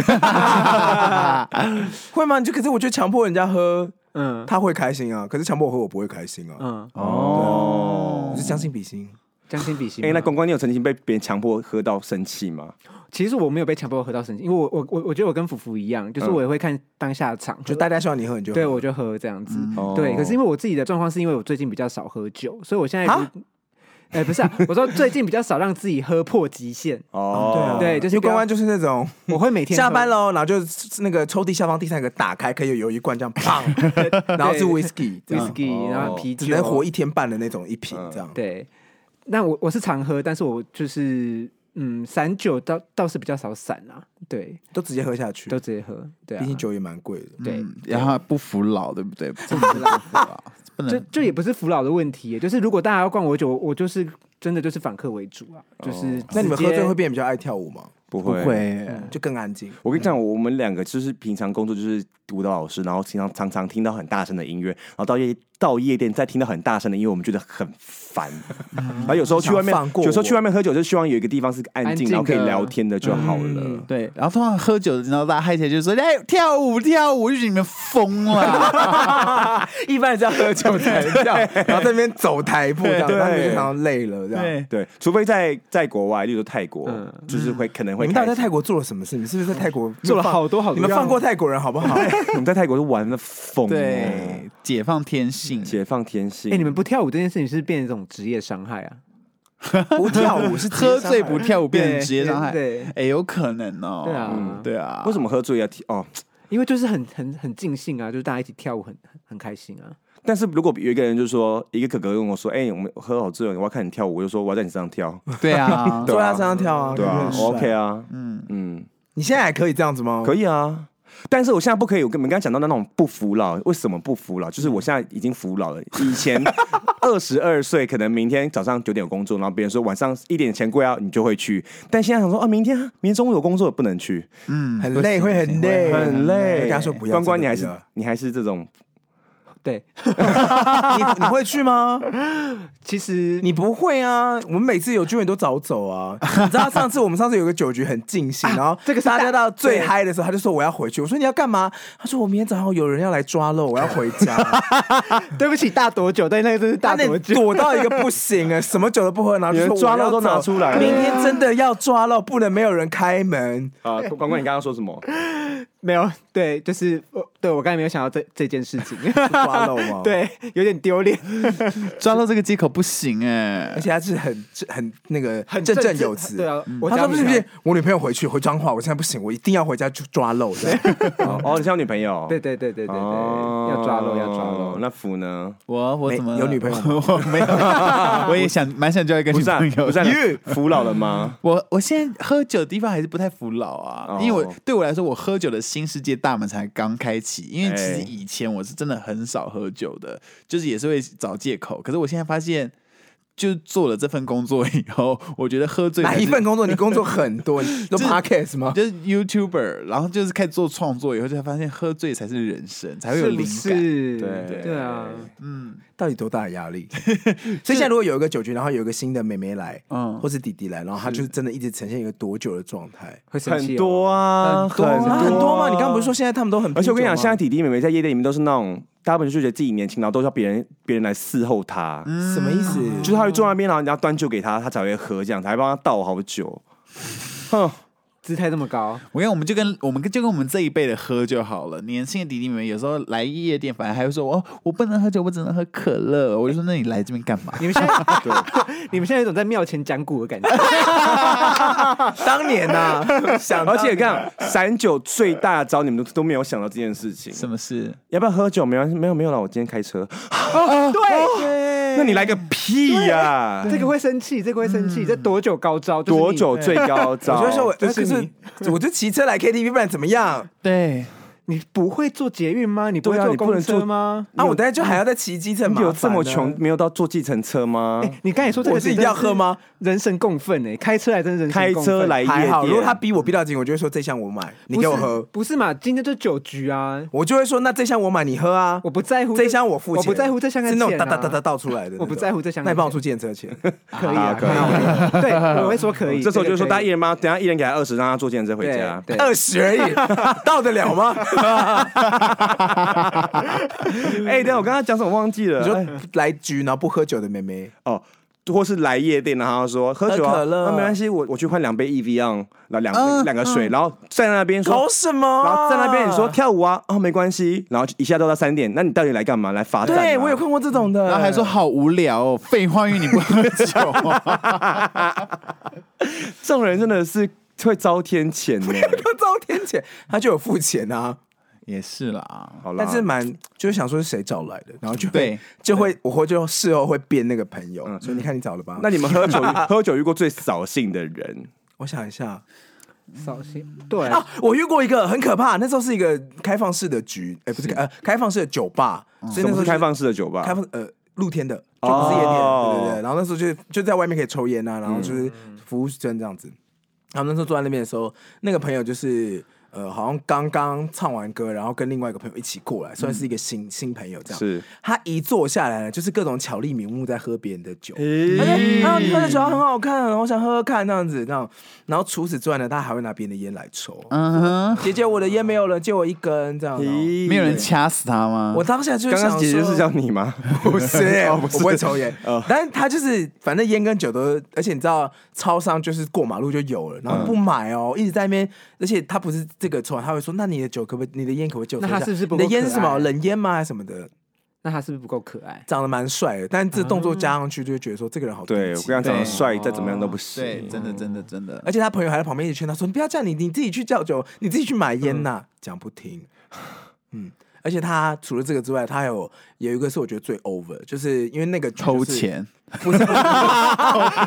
Speaker 3: 会吗？你就可是我觉得强迫人家喝，
Speaker 4: 嗯
Speaker 3: 他会开心啊，可是强迫我喝我不会开心啊，
Speaker 4: 嗯，
Speaker 2: 哦
Speaker 3: 我是，将心比心。
Speaker 4: 将心比心嘛。
Speaker 2: 哎，那公关，你有曾经被别人强迫喝到生气吗？
Speaker 4: 其实我没有被强迫喝到神经，因为我我我我觉得我跟福福一样，
Speaker 3: 嗯
Speaker 4: 就是我也会看当下的场，
Speaker 3: 就大家希望你喝，你就喝
Speaker 4: 嗯对我就喝这样子。
Speaker 3: 嗯
Speaker 2: 哦
Speaker 4: 对，可是因为我自己的状况是因为我最近比较少喝酒，所以我现在
Speaker 3: 啊
Speaker 4: 不，哎、不是啊，我说最近比较少让自己喝破极限，
Speaker 2: 哦，
Speaker 4: 对就
Speaker 3: 嗯
Speaker 4: 是
Speaker 3: 因为
Speaker 4: 不要
Speaker 3: 关关就是那种
Speaker 4: 我会每天 喝
Speaker 3: 下班喽，然后就是那个抽屉下方第三个打开，可以有一罐这样， 砰，然后是 whisky，这样
Speaker 4: whisky，然后啤酒，嗯
Speaker 3: 只能活一天半的那种一瓶这样。
Speaker 4: 对，那我我是常喝，但是我就是嗯，散酒倒倒是比较少散啊，对，
Speaker 3: 都直接喝下去，
Speaker 4: 都直接喝，对啊
Speaker 3: 毕，竟酒也蛮贵的。
Speaker 4: 对。
Speaker 5: 嗯然后不服老，对不 对？不服老，不
Speaker 4: 就
Speaker 3: 嗯
Speaker 5: 能
Speaker 4: 就也不是服老的问题，就是如果大家要灌我酒，我我就是真的就是反客为主啊，就是
Speaker 3: 那你们喝醉
Speaker 4: 直接嗯
Speaker 3: 会变比较爱跳舞吗？嗯
Speaker 2: 不
Speaker 5: 不
Speaker 2: 会，
Speaker 5: 会。
Speaker 3: 就更安 静。
Speaker 2: 我跟你讲，我们两个就是平常工作就是舞蹈老师，然后经常常常听到很大声的音乐，然后到夜到夜店再听到很大声的音乐，我们觉得很烦。然后有时候去外面
Speaker 3: 想放，过我
Speaker 2: 有时候去外面喝酒，就希望有一个地方是安
Speaker 4: 安静
Speaker 2: 静，
Speaker 4: 的
Speaker 2: 然后可以聊天的就好了
Speaker 4: 嗯。
Speaker 5: 对，然后通常喝酒的，然后大家嗨起来就说：“哎，跳舞跳舞！”我就觉得你们疯了。
Speaker 3: 一般人在喝酒 才跳，然后在那边走台步，这样，
Speaker 2: 对
Speaker 3: 然后就然后累了这样。
Speaker 5: 对，啊
Speaker 2: 对，除非在在国外，例如泰国，
Speaker 4: 嗯
Speaker 2: 就是会可能
Speaker 3: 你
Speaker 2: 会
Speaker 3: 们到底
Speaker 2: 开
Speaker 3: 在
Speaker 2: 心。
Speaker 3: 泰国做了什么事？你是不是在泰国
Speaker 4: 做了好多好多
Speaker 3: 你们放过泰国人好不好？
Speaker 2: 我们在泰国都玩的疯，
Speaker 5: 对，，解放天性，
Speaker 2: 解放天性。
Speaker 4: 哎、 你们不跳舞这件事情是变成一种职业伤害啊？
Speaker 3: 不跳舞哦是
Speaker 5: 喝
Speaker 2: 啊
Speaker 5: 醉不跳舞变成职业伤害，
Speaker 4: 对对
Speaker 5: 哎，有可能哦。
Speaker 4: 对啊
Speaker 5: 嗯对啊，
Speaker 2: 为什么喝醉要跳？哦，
Speaker 4: 因为就是很很很尽兴啊，就是大家一起跳舞很很很开心啊。
Speaker 2: 但是如果有一个人就说，一个哥哥跟我说：“哎、我们喝好醉了，我要看你跳舞。”我就说：“我要在你身上跳。
Speaker 5: 么？ 对啊，
Speaker 3: 坐在他身上跳啊？”
Speaker 2: 对
Speaker 3: 感觉
Speaker 2: 啊
Speaker 3: 很帅
Speaker 2: ，OK 啊，嗯嗯。
Speaker 3: 你现在还可以这样子吗？
Speaker 2: 可
Speaker 3: 以。
Speaker 2: 以啊，但是我现在不可以。我跟你们刚刚讲到的那种不服老，为什么不服老？就是我现在已经服老了。以前二十二岁，可能明天早上九点有工作，然后别人说晚上一点前过要，你就会去。但现在想说啊，明天啊明天中午有工作不能去，
Speaker 5: 嗯，
Speaker 3: 很累，会很累，
Speaker 2: 很
Speaker 3: 我
Speaker 2: 累。
Speaker 3: 跟他说不要。
Speaker 2: 关关，你
Speaker 3: 真
Speaker 2: 还
Speaker 3: 的
Speaker 2: 是
Speaker 3: 不要
Speaker 2: 你还是这种
Speaker 4: 对，
Speaker 3: 你你会去吗？
Speaker 4: 其实
Speaker 3: 你不会啊！我们每次有聚会你都早 走啊。你知道上次我们上次有个酒局很尽兴，
Speaker 2: 啊
Speaker 3: 然后这个大家到最嗨的时候，他就说我要回去。我说你要干嘛？他说我明天早上有人要来抓漏，我要回 家。
Speaker 4: 对不起大多久，但那个真是大
Speaker 3: 他那
Speaker 4: 多久。
Speaker 3: 躲到一个不 行啊，什么酒都不喝，然后就说
Speaker 2: 你的抓漏
Speaker 3: 我要
Speaker 2: 都拿
Speaker 3: 走
Speaker 2: 出来了
Speaker 3: 明天真的要抓漏，不能没有人开门。
Speaker 2: 啊、关关，你刚刚说什么？
Speaker 4: 没有，对，就是我对我刚才没有想到这这件事情，
Speaker 3: 抓漏吗？，
Speaker 4: 对，有点丢脸，
Speaker 5: 抓到这个借口不行哎
Speaker 3: 而。且他是很很那个
Speaker 4: 很
Speaker 3: 振振
Speaker 4: 治
Speaker 3: 有词。
Speaker 4: 对啊，我
Speaker 3: 他
Speaker 4: 家
Speaker 3: 说不
Speaker 4: 里
Speaker 3: 是不
Speaker 4: 条
Speaker 3: 是，我女朋友回去回彰化，我现在不行，我一定要回家去抓漏。这样
Speaker 2: 哦，哦你像女朋友？
Speaker 4: 对对对对对对，
Speaker 2: 哦
Speaker 4: 要抓漏要抓漏。
Speaker 2: 那服呢？
Speaker 5: 我我
Speaker 3: 没
Speaker 5: 怎么
Speaker 3: 有女朋友吗？
Speaker 5: 我 没有，我也想蛮想交一个
Speaker 2: 不
Speaker 5: 女
Speaker 2: 是啊
Speaker 5: 朋友。
Speaker 2: 不是 啊
Speaker 5: 因为
Speaker 2: 服老了 吗？
Speaker 5: 我我现在喝酒的地方还是不太服老啊，
Speaker 2: 哦
Speaker 5: 因为我对我来说，我喝酒的新世界大门才刚开启。因为其
Speaker 2: 哎
Speaker 5: 实以前我是真的很少喝酒的，就是也是会找借口。可是我现在发现，就做了这份工作以后，我觉得喝醉
Speaker 3: 哪
Speaker 5: 才
Speaker 3: 一
Speaker 5: 是
Speaker 3: 份工作你工作很多？你做 podcast 吗？
Speaker 5: 就是 YouTuber，然后 就是开始做创作以后，就才发现喝醉才是人生，才会有
Speaker 4: 是
Speaker 5: 灵
Speaker 4: 不
Speaker 5: 感。
Speaker 4: 是？
Speaker 2: 对
Speaker 4: 对啊，
Speaker 5: 嗯，
Speaker 3: 到底多大的 压力？所以现在如果有一个酒局，然后有一个新的妹妹来，
Speaker 5: 嗯
Speaker 3: 嗯，或是弟弟来，然后他就是真的一直呈现一个多久的状态？
Speaker 4: 会生气
Speaker 2: 很
Speaker 4: 哦
Speaker 2: 多啊，
Speaker 5: 很多啊
Speaker 2: 啊
Speaker 3: 啊，很多吗？你刚刚不是说现在他们都很？
Speaker 2: 而且我跟你讲，现在
Speaker 3: 在
Speaker 2: 弟弟妹妹在夜店里面都是那种，大部分就觉得自己年轻，然后都叫别人别人来伺候他，
Speaker 3: 什么意思？
Speaker 2: 就是他会坐那边，然后人家端酒给他，他才会喝，这样才会帮他倒好酒。哼，
Speaker 4: 姿态这么高，
Speaker 5: 我跟你讲我们就跟我们就跟我们这一辈的喝就好了。年轻的弟弟们有时候来夜店，反而还会说：“哦，我不能喝酒，我只能喝可乐。”我就说：“那你来这边干嘛
Speaker 4: 你们现在你们现在有种在庙前讲古的感觉，
Speaker 3: 当年呐，想
Speaker 2: 而且你看，散酒最大的招，你们都都没有想到这件事？”情。
Speaker 5: 什么事？
Speaker 2: 要不要喝酒？没关系，没有没有了，我今天开车。
Speaker 3: 哦
Speaker 2: 啊哦
Speaker 4: 对，
Speaker 2: 那你来个屁呀、
Speaker 4: 这个会生气，这个会生气，这多久高招？就是你
Speaker 2: 多久最高招？
Speaker 3: 我就说我，
Speaker 2: 就
Speaker 3: 呃可
Speaker 2: 你
Speaker 3: 是我就骑车来 KTV，不然怎么样？
Speaker 5: 对，
Speaker 4: 你不会坐捷运吗？你不会
Speaker 2: 对啊
Speaker 4: 坐
Speaker 2: 你不能
Speaker 4: 公车
Speaker 2: 坐
Speaker 4: 吗？
Speaker 3: 啊，我等下就还要再骑机车，
Speaker 2: 你有这么
Speaker 3: 麻烦
Speaker 2: 穷
Speaker 3: 呢，
Speaker 2: 没有到坐计程车吗？
Speaker 4: 哎，你刚才说这
Speaker 3: 我
Speaker 4: 个
Speaker 3: 自己要喝？吗？
Speaker 4: 人神共愤哎，开车来真的人神
Speaker 2: 开
Speaker 4: 共
Speaker 2: 车
Speaker 4: 愤
Speaker 2: 来夜
Speaker 3: 还好，
Speaker 2: 店，
Speaker 3: 如果他逼我逼到紧，我就会说这箱我买，你给我喝，
Speaker 4: 不是嘛？今天就酒局啊，
Speaker 3: 我就会说那这箱我买，你喝啊
Speaker 4: 我。不在乎
Speaker 3: 这箱我付钱，
Speaker 4: 我不在乎这箱跟
Speaker 3: 是那种
Speaker 4: 钱
Speaker 3: 哒
Speaker 4: 啊
Speaker 3: 哒哒哒倒出来的那种，
Speaker 4: 我不在乎这箱跟
Speaker 3: 那你帮我
Speaker 4: 钱
Speaker 3: 出电车钱，
Speaker 4: 可以啊，
Speaker 2: 啊可以
Speaker 4: 以，对，我会说可以。
Speaker 2: 这时候就说大家一
Speaker 4: 答应
Speaker 2: 人吗？等一下一人给他二十，让他坐计程车回
Speaker 4: 对
Speaker 2: 家。
Speaker 4: 对，
Speaker 3: 二十而已， 到得了吗？
Speaker 2: 哎、等一下我刚刚讲什么忘记了？
Speaker 3: 你说
Speaker 2: 哎
Speaker 3: 来局然后不喝酒的妹妹，
Speaker 2: 哦，或是来夜店，然后说喝酒、啊、
Speaker 3: 喝可乐
Speaker 2: 啊没关系，我我去换两杯 EV 啊，然后两杯、
Speaker 5: 嗯
Speaker 2: 两个水，然后站在那边说
Speaker 3: 搞。什么？啊
Speaker 2: 然后在那边你说跳舞啊，哦没关系，然后一下都到三点，那你到底来干嘛？来罚站、啊？
Speaker 3: 对我有看过这种的，
Speaker 5: 然后还说好无聊哦，废话，因为你不喝酒 啊。
Speaker 2: 这种人真的是会遭天谴的。
Speaker 3: 要遭天谴， 他就有付钱啊。
Speaker 5: 也是啦，
Speaker 2: 好啦，
Speaker 3: 但是蛮就是想说是谁找来的，然后就
Speaker 5: 对嗯
Speaker 3: 会就会我会就事后会变那个朋友，所以你看你找了吧？
Speaker 2: 那你们喝 酒喝酒遇过最扫兴的人？
Speaker 3: 我想一下
Speaker 4: 扫兴。对
Speaker 2: 哎
Speaker 4: 啊
Speaker 3: 啊，我遇过一个很可怕，那时候是一个开放式的局，哎、不是呃开放式的酒吧，
Speaker 2: 哦
Speaker 3: 所以
Speaker 2: 什
Speaker 3: 那
Speaker 2: 么
Speaker 3: 时
Speaker 2: 是
Speaker 3: 候就是
Speaker 2: 开放式的酒吧？
Speaker 3: 开放呃露天的，就不是夜店，
Speaker 2: 哦嗯
Speaker 3: 对对对。然后那时候就就在外面可以抽烟啊，然后就是服务生这样子。然后那时候坐在那边的时候，那个朋友就是呃，好像刚刚唱完歌，然后跟另外一个朋友一起过来，算是一个新、新朋友这样。
Speaker 2: 嗯是
Speaker 3: 他一坐下来呢，就是各种巧立名目在喝别人的酒。他
Speaker 2: 诶，
Speaker 3: 说啊，你喝的酒很好看，我想喝喝看这样子，这样。然后除此之外呢，他还会拿别人的烟来抽。
Speaker 5: 嗯哼，
Speaker 3: 姐姐，我的烟没有了，借我一根这样。然后
Speaker 5: 没有人掐死他吗？
Speaker 3: 我当下就
Speaker 2: 刚
Speaker 3: 想
Speaker 2: 刚姐姐
Speaker 3: 说
Speaker 2: 是哦叫你吗？
Speaker 3: 不是，我不会抽烟。但是他就是，反正烟跟酒都，而且你知道，超商就是过马路就有了，然后不买哦，一直在那边。而且他不是这个抽完，他会说：“那你的酒可不可以？你的烟可不可以借我抽一下？
Speaker 4: 那他是不是不
Speaker 3: 你的
Speaker 4: 够可
Speaker 3: 烟是什么
Speaker 4: 爱
Speaker 3: 冷烟吗？还是什么的？
Speaker 4: 那他是不是不够可爱？
Speaker 3: 长得蛮帅的，但这动作加上去，就会觉得说这个人好低
Speaker 2: 对我
Speaker 3: 级
Speaker 2: 跟他长得
Speaker 5: 对
Speaker 2: 帅，再怎么样都不行。
Speaker 5: 对，真的，真的，真的，
Speaker 3: 而且他朋友还在旁边一直劝他说：“你不要这样，你你自己去叫酒，你自己去买烟呐、讲不听。嗯，而且他除了这个之外，他还有有一个是我觉得最 over，就是因为那个局
Speaker 5: 偷
Speaker 3: 就是
Speaker 5: 钱，
Speaker 3: 不是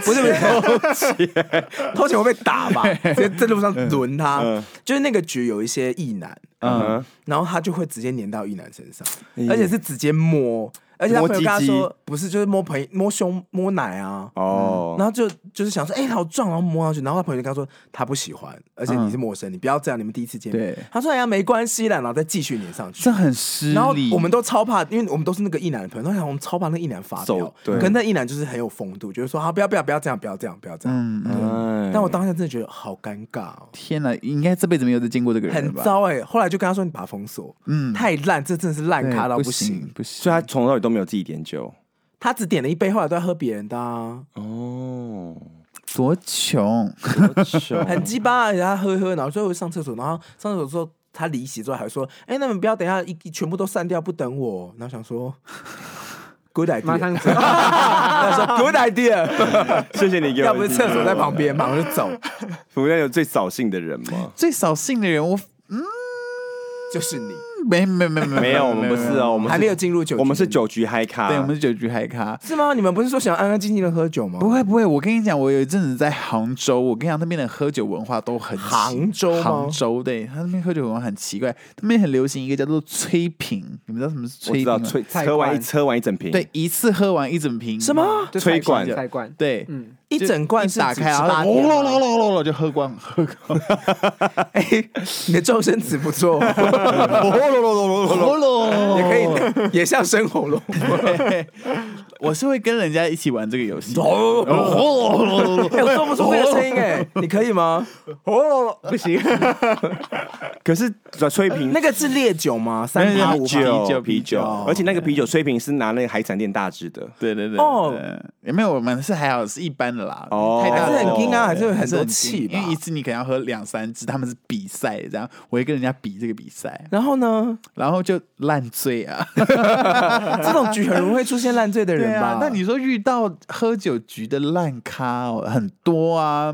Speaker 3: 不是不是偷钱，偷钱会被打吧？直接在路上抡他
Speaker 2: 嗯，
Speaker 3: 就是那个局有一些异男，
Speaker 5: 嗯，
Speaker 2: 嗯，
Speaker 3: 然后他就会直接粘到异男身上，而且是直接摸，而且他
Speaker 2: 摸
Speaker 3: 朋友跟他
Speaker 2: 鸡鸡
Speaker 3: 说不是，就是摸朋友摸胸摸奶啊。
Speaker 2: 哦，
Speaker 3: 然后就就是想说，哎、好壮，然后摸上去，然后他朋友就跟他说，他不喜欢，而且你是陌生，你不要这样，你们第一次见面
Speaker 5: 嗯对。
Speaker 3: 他说，哎呀，没关系啦，然后再继续粘上去
Speaker 5: 这。很失礼。
Speaker 3: 然后我们都超怕，因为我们都是那个一男的朋友，然后我们超怕那个一男发飙
Speaker 2: 走。对
Speaker 3: 可是那一男就是很有风度，就是说啊，不要不要不要这样，不要这样，不要这样。
Speaker 5: 嗯，嗯，
Speaker 2: 哎
Speaker 3: 但我当下真的觉得好尴尬、哦，
Speaker 5: 天哪，应该这辈子没有再见过这个人了
Speaker 3: 很
Speaker 5: 吧？
Speaker 3: 糟哎、后来就跟他说，你把他封锁，
Speaker 5: 嗯，
Speaker 3: 太烂，这真的是烂
Speaker 5: 对
Speaker 3: 咖到
Speaker 5: 不
Speaker 3: 不行。
Speaker 5: 不行。
Speaker 2: 所以他从头到尾都没有自己点酒。
Speaker 3: 他只点了一杯，后来都在喝别人的、啊，
Speaker 2: 哦，
Speaker 5: 多穷，
Speaker 3: 很鸡巴、啊，然后他喝一喝，然后最后上厕所，然后上厕所之后。他离席之后还说：“哎、那你们不要等一下一一全部都散掉，不等我。”然后想说，good
Speaker 4: 马
Speaker 3: idea，
Speaker 4: 上走，
Speaker 3: 他说 good idea，
Speaker 2: 谢谢你给我。
Speaker 3: 要不是厕所在旁，边，马上就走，
Speaker 2: 福亮有最扫兴的人吗？
Speaker 5: 最扫兴的人，我
Speaker 3: 就是你。
Speaker 5: 没没没没
Speaker 2: 没有，我们不是哦，我们
Speaker 3: 还没有进入酒局，
Speaker 2: 我们是酒局嗨咖，
Speaker 5: 对，我们是酒局嗨咖。
Speaker 3: 是吗？你们不是说想安安静静的喝酒吗？
Speaker 5: 不会不会，我跟你讲，我有一阵子在杭州，我跟你讲那边的喝酒文化都很奇
Speaker 3: 杭州吗
Speaker 5: 杭州对，他那边喝酒文化很奇怪，那边很流行一个叫做吹瓶，你们知道什么是
Speaker 2: 我
Speaker 5: 吹
Speaker 2: 知
Speaker 5: 瓶
Speaker 2: 道，
Speaker 5: 吗？
Speaker 2: 吹
Speaker 4: 菜
Speaker 2: 喝完一
Speaker 4: 罐
Speaker 2: 车完一整瓶，
Speaker 5: 对，，一次喝完一整瓶
Speaker 3: 什？么？
Speaker 4: 就
Speaker 2: 吹
Speaker 4: 菜罐
Speaker 2: 管
Speaker 4: 菜罐，
Speaker 5: 对，
Speaker 4: 嗯，
Speaker 3: 一整罐
Speaker 5: 一
Speaker 3: 是
Speaker 5: 打
Speaker 3: 指
Speaker 5: 开然后
Speaker 3: 18
Speaker 5: 咯
Speaker 3: 天
Speaker 5: 咯
Speaker 3: 吗
Speaker 5: 咯咯咯咯就喝光喝光，
Speaker 3: 你的周生词不错，
Speaker 5: 咯咯
Speaker 3: 也可以，也像生喉咙。
Speaker 5: 对 我是会跟人家一起玩这个游戏。
Speaker 3: 哎，我做不出这个声音哎，你可以吗？
Speaker 4: 哦，不行，
Speaker 2: 可是呃吹瓶
Speaker 3: 那个是烈酒吗？三
Speaker 5: 没有
Speaker 3: 趴
Speaker 5: 没
Speaker 3: 五
Speaker 5: 有
Speaker 3: 趴
Speaker 5: 酒
Speaker 2: 啤
Speaker 5: 啤
Speaker 2: 酒，
Speaker 5: 啤
Speaker 2: 啤
Speaker 5: 酒
Speaker 2: 酒，
Speaker 5: 哦
Speaker 2: 而且那个啤酒吹瓶是拿那个海产店大支的，
Speaker 5: 对对对，
Speaker 3: 哦
Speaker 5: 对，也没有，我们是还好是一般的啦，
Speaker 2: 哦
Speaker 5: 太大
Speaker 2: 还是很
Speaker 5: 惊
Speaker 2: 硬
Speaker 3: 啊还是有很多气吧
Speaker 5: 因为一次你可能要喝两三支，他们是比赛这样，我会跟人家比这个比赛，
Speaker 3: 然后呢？
Speaker 5: 然后就烂醉啊，
Speaker 3: 这种局很容易出现烂醉的
Speaker 5: 对
Speaker 3: 人吧
Speaker 5: 啊？，那你说遇到喝酒局的烂咖、哦、很多啊，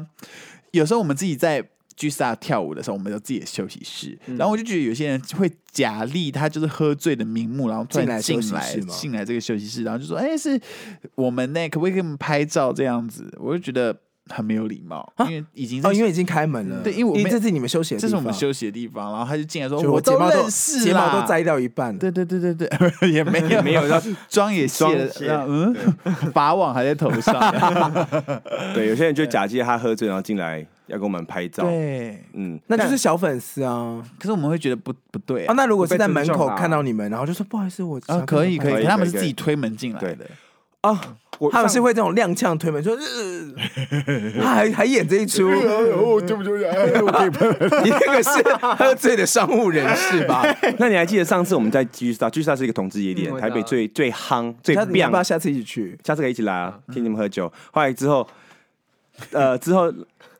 Speaker 5: 有时候我们自己在。G Star 跳舞的时候，我们有自己的休息室，
Speaker 3: 嗯
Speaker 5: 然后我就觉得有些人会假立他就是喝醉的名目，然后突
Speaker 3: 进
Speaker 5: 然
Speaker 3: 来
Speaker 5: 进
Speaker 3: 休息
Speaker 5: 来
Speaker 3: 室吗
Speaker 5: 进来这个休息室，然后就说：“哎、是我们呢，可不可以给我们拍照？”这样子，我就觉得很没有礼貌，因为已经在
Speaker 3: 哦，因为已经开门了。
Speaker 5: 对因为我没
Speaker 3: 这是你们休息的地
Speaker 5: 这
Speaker 3: 方，
Speaker 5: 是我们休息的地方，然后他就进来说：“
Speaker 3: 就
Speaker 5: 我
Speaker 3: 我睫毛
Speaker 5: 认
Speaker 3: 都
Speaker 5: 识啦，
Speaker 3: 睫毛都摘掉一半。
Speaker 5: 对对对对对，也没有
Speaker 2: 没有要
Speaker 5: 妆也卸了，
Speaker 2: 妆卸
Speaker 5: 然后嗯，法网还在头上。
Speaker 2: 对，有些人就假借他喝醉然后进来要跟我们拍照，
Speaker 5: 对，
Speaker 2: 嗯，
Speaker 3: 那就是小粉丝啊
Speaker 5: 可是我们会觉得不不对
Speaker 3: 啊！
Speaker 5: 啊。
Speaker 3: 那如果是在门
Speaker 4: 被尊
Speaker 3: 口
Speaker 4: 重啊
Speaker 3: 看到你们，然后就说不好意思，我
Speaker 5: 啊，可以可以，
Speaker 2: 可以
Speaker 5: 可他们是
Speaker 2: 可以
Speaker 5: 自己推门进来
Speaker 2: 对
Speaker 5: 的。
Speaker 3: 啊，
Speaker 2: 我
Speaker 3: 他们
Speaker 2: 上
Speaker 3: 是会这种踉跄推门，说呃， 他还还演这一出，
Speaker 5: 哦，对不对？我可以
Speaker 3: 你那个是喝醉的商务人士吧？
Speaker 2: 那你还记得上次我们在 G Star，G Star 是一个同志夜店
Speaker 4: 嗯，我知道
Speaker 2: 台北最最夯、最
Speaker 3: 那你嗯要
Speaker 2: 棒
Speaker 3: 不要，下次一起去？
Speaker 2: 下次可以一起来啊，请你们喝酒。后来之后， 呃，之后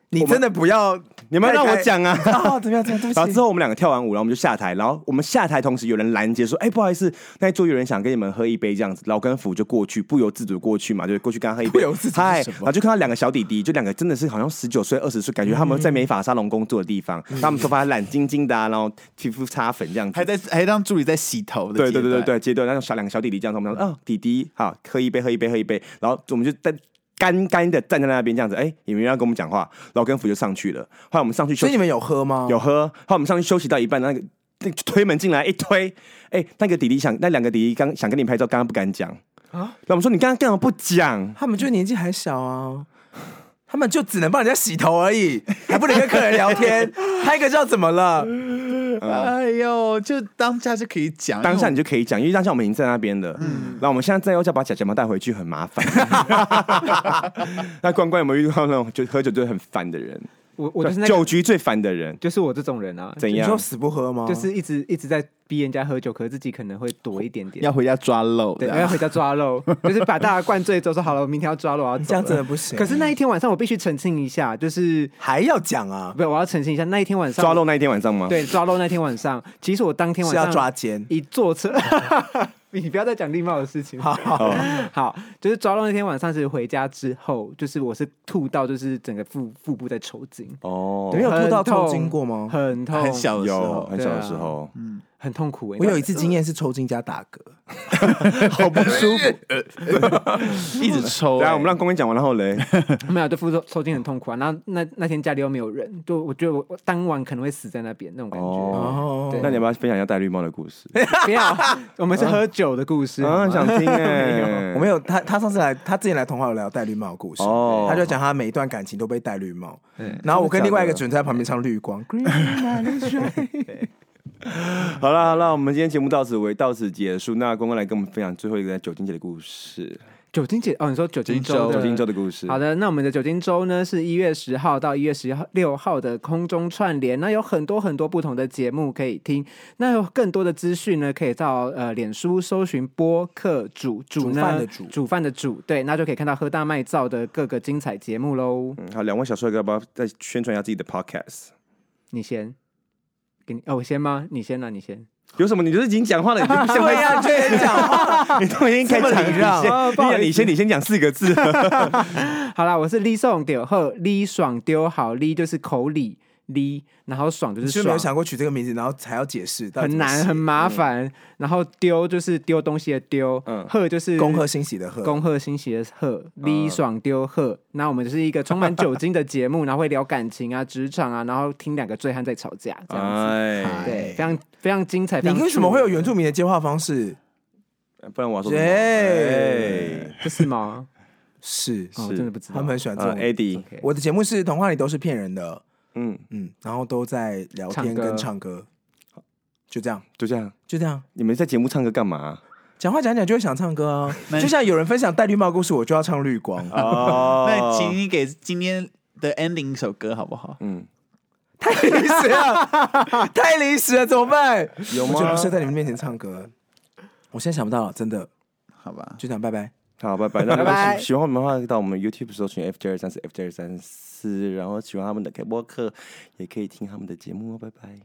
Speaker 3: 你
Speaker 2: 我们
Speaker 3: 真的不要，
Speaker 2: 你们让我讲啊。
Speaker 3: 啊！怎么样？怎
Speaker 2: 然
Speaker 3: 么样？对不
Speaker 2: 后
Speaker 3: 起
Speaker 2: 之。后我们两个跳完舞，然后我们就下台，然后我们下台同时有人拦截说：“哎、不好意思，那一桌有人想跟你们喝一杯这样子。”然后我跟福就过去，不由自主地过去嘛，就过去跟他喝一杯。
Speaker 3: 不由自主是
Speaker 2: 嗨，
Speaker 3: 什么
Speaker 2: 然后就看到两个小弟弟，就两个真的是好像十九岁、二十岁，感觉他们在美发沙龙工作的地方，他们头发染金金的、啊，然后皮肤擦粉这样子，
Speaker 5: 还在还让助理在洗头的。
Speaker 2: 对对对对。对，阶段那种小两个小弟弟这样子，我们说，哦，弟弟，好，喝一杯，喝一杯，喝一杯，然后我们就在干干的站在那边这样子，哎，也没人要跟我们讲话，然后跟福就上去了，后来我们上去休
Speaker 3: 所以
Speaker 2: 息
Speaker 3: 你，们有喝吗？
Speaker 2: 有喝，后来我们上去休息到一半，那个那个推门进来一推，哎，那个弟弟想，那两个弟弟刚想跟你拍照，刚刚不敢讲啊，那我们说你刚刚干嘛不讲？
Speaker 3: 他们就年纪还小啊，他们就只能帮人家洗头而已，还不能跟客人聊 天，拍个照怎么了？
Speaker 5: 哎呦，就当下就可以讲，
Speaker 2: 当下你
Speaker 5: 就
Speaker 2: 就可以讲，因为当下我们已经在那边了。嗯，然后我们现在再要再把假睫毛带回去很麻烦。那关关有没有遇到那种就喝酒就很烦的人？
Speaker 4: 我我就是那
Speaker 2: 酒
Speaker 4: 个，
Speaker 2: 局最烦的人，
Speaker 4: 就是我这种人啊，
Speaker 2: 怎
Speaker 3: 你
Speaker 2: 样？
Speaker 3: 说死不喝吗？
Speaker 4: 就是一直一直在逼人家喝酒，可是自己可能会躲一点点，
Speaker 5: 要回家抓漏。
Speaker 4: 对，
Speaker 5: 这
Speaker 4: 然
Speaker 3: 啊
Speaker 5: 样
Speaker 4: 后要回家抓漏，就是把大家灌醉之后说好了，我明天要抓漏，我要
Speaker 3: 这
Speaker 4: 走
Speaker 3: 样真的
Speaker 4: 了。
Speaker 3: 不行。
Speaker 4: 可是那一天晚上，我必须澄清一下，就是
Speaker 3: 还要讲啊，
Speaker 4: 不，我要澄清一下，那一天晚上
Speaker 2: 抓漏那一天晚上吗？，
Speaker 4: 对，抓漏那天晚上，其实我当天晚
Speaker 3: 是
Speaker 4: 上
Speaker 3: 要抓奸。
Speaker 4: 一坐车， 你不要再讲礼貌的事情。好
Speaker 2: 哦，
Speaker 4: 好，就是抓漏那天晚上，是回家之后，就是我是吐到，就是整个腹腹部在抽筋，
Speaker 2: 哦
Speaker 3: 你有吐到
Speaker 4: 很痛
Speaker 3: 抽筋过吗？
Speaker 4: 很痛，
Speaker 5: 很小的时
Speaker 2: 有
Speaker 5: 候，
Speaker 2: 很小的时候，
Speaker 4: 很痛苦欸。
Speaker 3: 我有一次经验是抽筋加打嗝，
Speaker 5: 好不舒服，一直抽。
Speaker 2: 对啊，
Speaker 5: 哎
Speaker 2: 我们让公公讲完，然后嘞，
Speaker 4: 没有，就腹抽抽筋很痛苦啊。然后那那天家里又没有人，就我觉得我我当晚可能会死在那边那种感觉。
Speaker 2: 哦
Speaker 4: 嗯对，
Speaker 2: 那你要不要分享一下戴绿帽的故事？
Speaker 4: 不要，我们是
Speaker 3: 嗯
Speaker 4: 喝酒的故事。好
Speaker 2: 啊，
Speaker 4: 吗
Speaker 2: 想听哎，
Speaker 3: 我们有他，他上次来，他之前来童话有聊戴绿帽的故事，
Speaker 2: 哦
Speaker 3: 他就讲他每一段感情都被戴绿帽
Speaker 4: 对，
Speaker 3: 然后我跟另外一个
Speaker 2: 真
Speaker 3: 准在旁边唱绿 光。Green light is shining
Speaker 2: 好了好了，我们今天节目到此为到此结束。那公公来跟我们分享最后一个酒精节的故事，
Speaker 4: 酒精姐哦，你说酒精
Speaker 5: 酒
Speaker 4: 周，
Speaker 2: 酒精周。的故事。
Speaker 4: 好的，那我们的酒精周呢是一月十号到一月十六号的空中串联，那有很多很多不同的节目可以听，那有更多的资讯呢，可以到呃脸书搜寻播客主主
Speaker 3: 煮饭
Speaker 4: 呢
Speaker 3: 的煮
Speaker 4: 煮饭的煮，对，那就可以看到喝大麦造的各个精彩节目喽。
Speaker 2: 嗯，好，两位小帅哥要不要再宣传一下自己的 podcast？
Speaker 4: 你先，给你哦，我先吗？你先啊，你先。
Speaker 2: 有什么？你就是已经讲 话了，你就不先
Speaker 3: 对哎呀，这人讲话
Speaker 2: 你都已经开场，你
Speaker 3: 哦
Speaker 4: 啊不好
Speaker 2: 先
Speaker 4: 意思
Speaker 2: 你先你先讲四个 字，
Speaker 4: 好啦，我是李爽丢后，李爽丢好，李就是口里，哩，然后爽 就是
Speaker 3: 就
Speaker 4: 爽，
Speaker 3: 没有想过取这个名字，然后还要解释，到底
Speaker 4: 很
Speaker 3: 怎么嗯
Speaker 4: 难
Speaker 3: 写
Speaker 4: 很麻烦。然后丢就是丢东西的丢，
Speaker 2: 嗯
Speaker 4: 贺就是
Speaker 3: 恭贺欣喜嗯的贺，
Speaker 4: 恭贺新喜的贺，李爽丢贺。那我们就是一个充满酒精的节目，然后会聊感情啊、职场啊，然后听两个醉汉在吵架这样子。
Speaker 2: 哎，
Speaker 4: 对，非常非常精彩。非
Speaker 3: 你
Speaker 4: 常
Speaker 3: 为什么会有
Speaker 4: 趣
Speaker 3: 原住民的接话方式？
Speaker 2: 不然我要说什么
Speaker 3: 耶
Speaker 2: 哎，
Speaker 4: 这是吗？
Speaker 3: 是，
Speaker 4: 哦，真的不知道。
Speaker 3: 他们很喜啊欢这
Speaker 2: 呃
Speaker 3: 种。
Speaker 2: ，AD，
Speaker 4: OK
Speaker 3: 我的节目是童话里都是骗人的，
Speaker 2: 嗯，
Speaker 3: 嗯，然后都在聊天
Speaker 4: 唱歌
Speaker 3: 跟唱歌，就这样，
Speaker 2: 就这样。
Speaker 3: 就这样。
Speaker 2: 你们在节目唱歌干 嘛？
Speaker 3: 讲话讲讲就会想唱歌啊，
Speaker 5: 那
Speaker 3: 就像有人分享戴绿帽故事，我就要唱绿 光。
Speaker 2: 哦
Speaker 5: 那请你给今天的 ending 一首歌好不好？
Speaker 2: 嗯，
Speaker 3: 太临时了，哎啊太临时了，怎么办？
Speaker 2: 有
Speaker 3: 我就
Speaker 2: 吗
Speaker 3: 不？是在你们面啊前唱歌，我现在想不到了，真的，
Speaker 5: 好吧，
Speaker 3: 就这样，拜拜。
Speaker 2: 好，拜拜。那如
Speaker 4: 拜
Speaker 2: 果
Speaker 4: 拜
Speaker 2: 喜喜欢我们的话，到我们 YouTube 搜寻 F 九二三四 F 九二三四，然后喜欢他们的 K 播客，也可以听他们的节目哦。拜拜。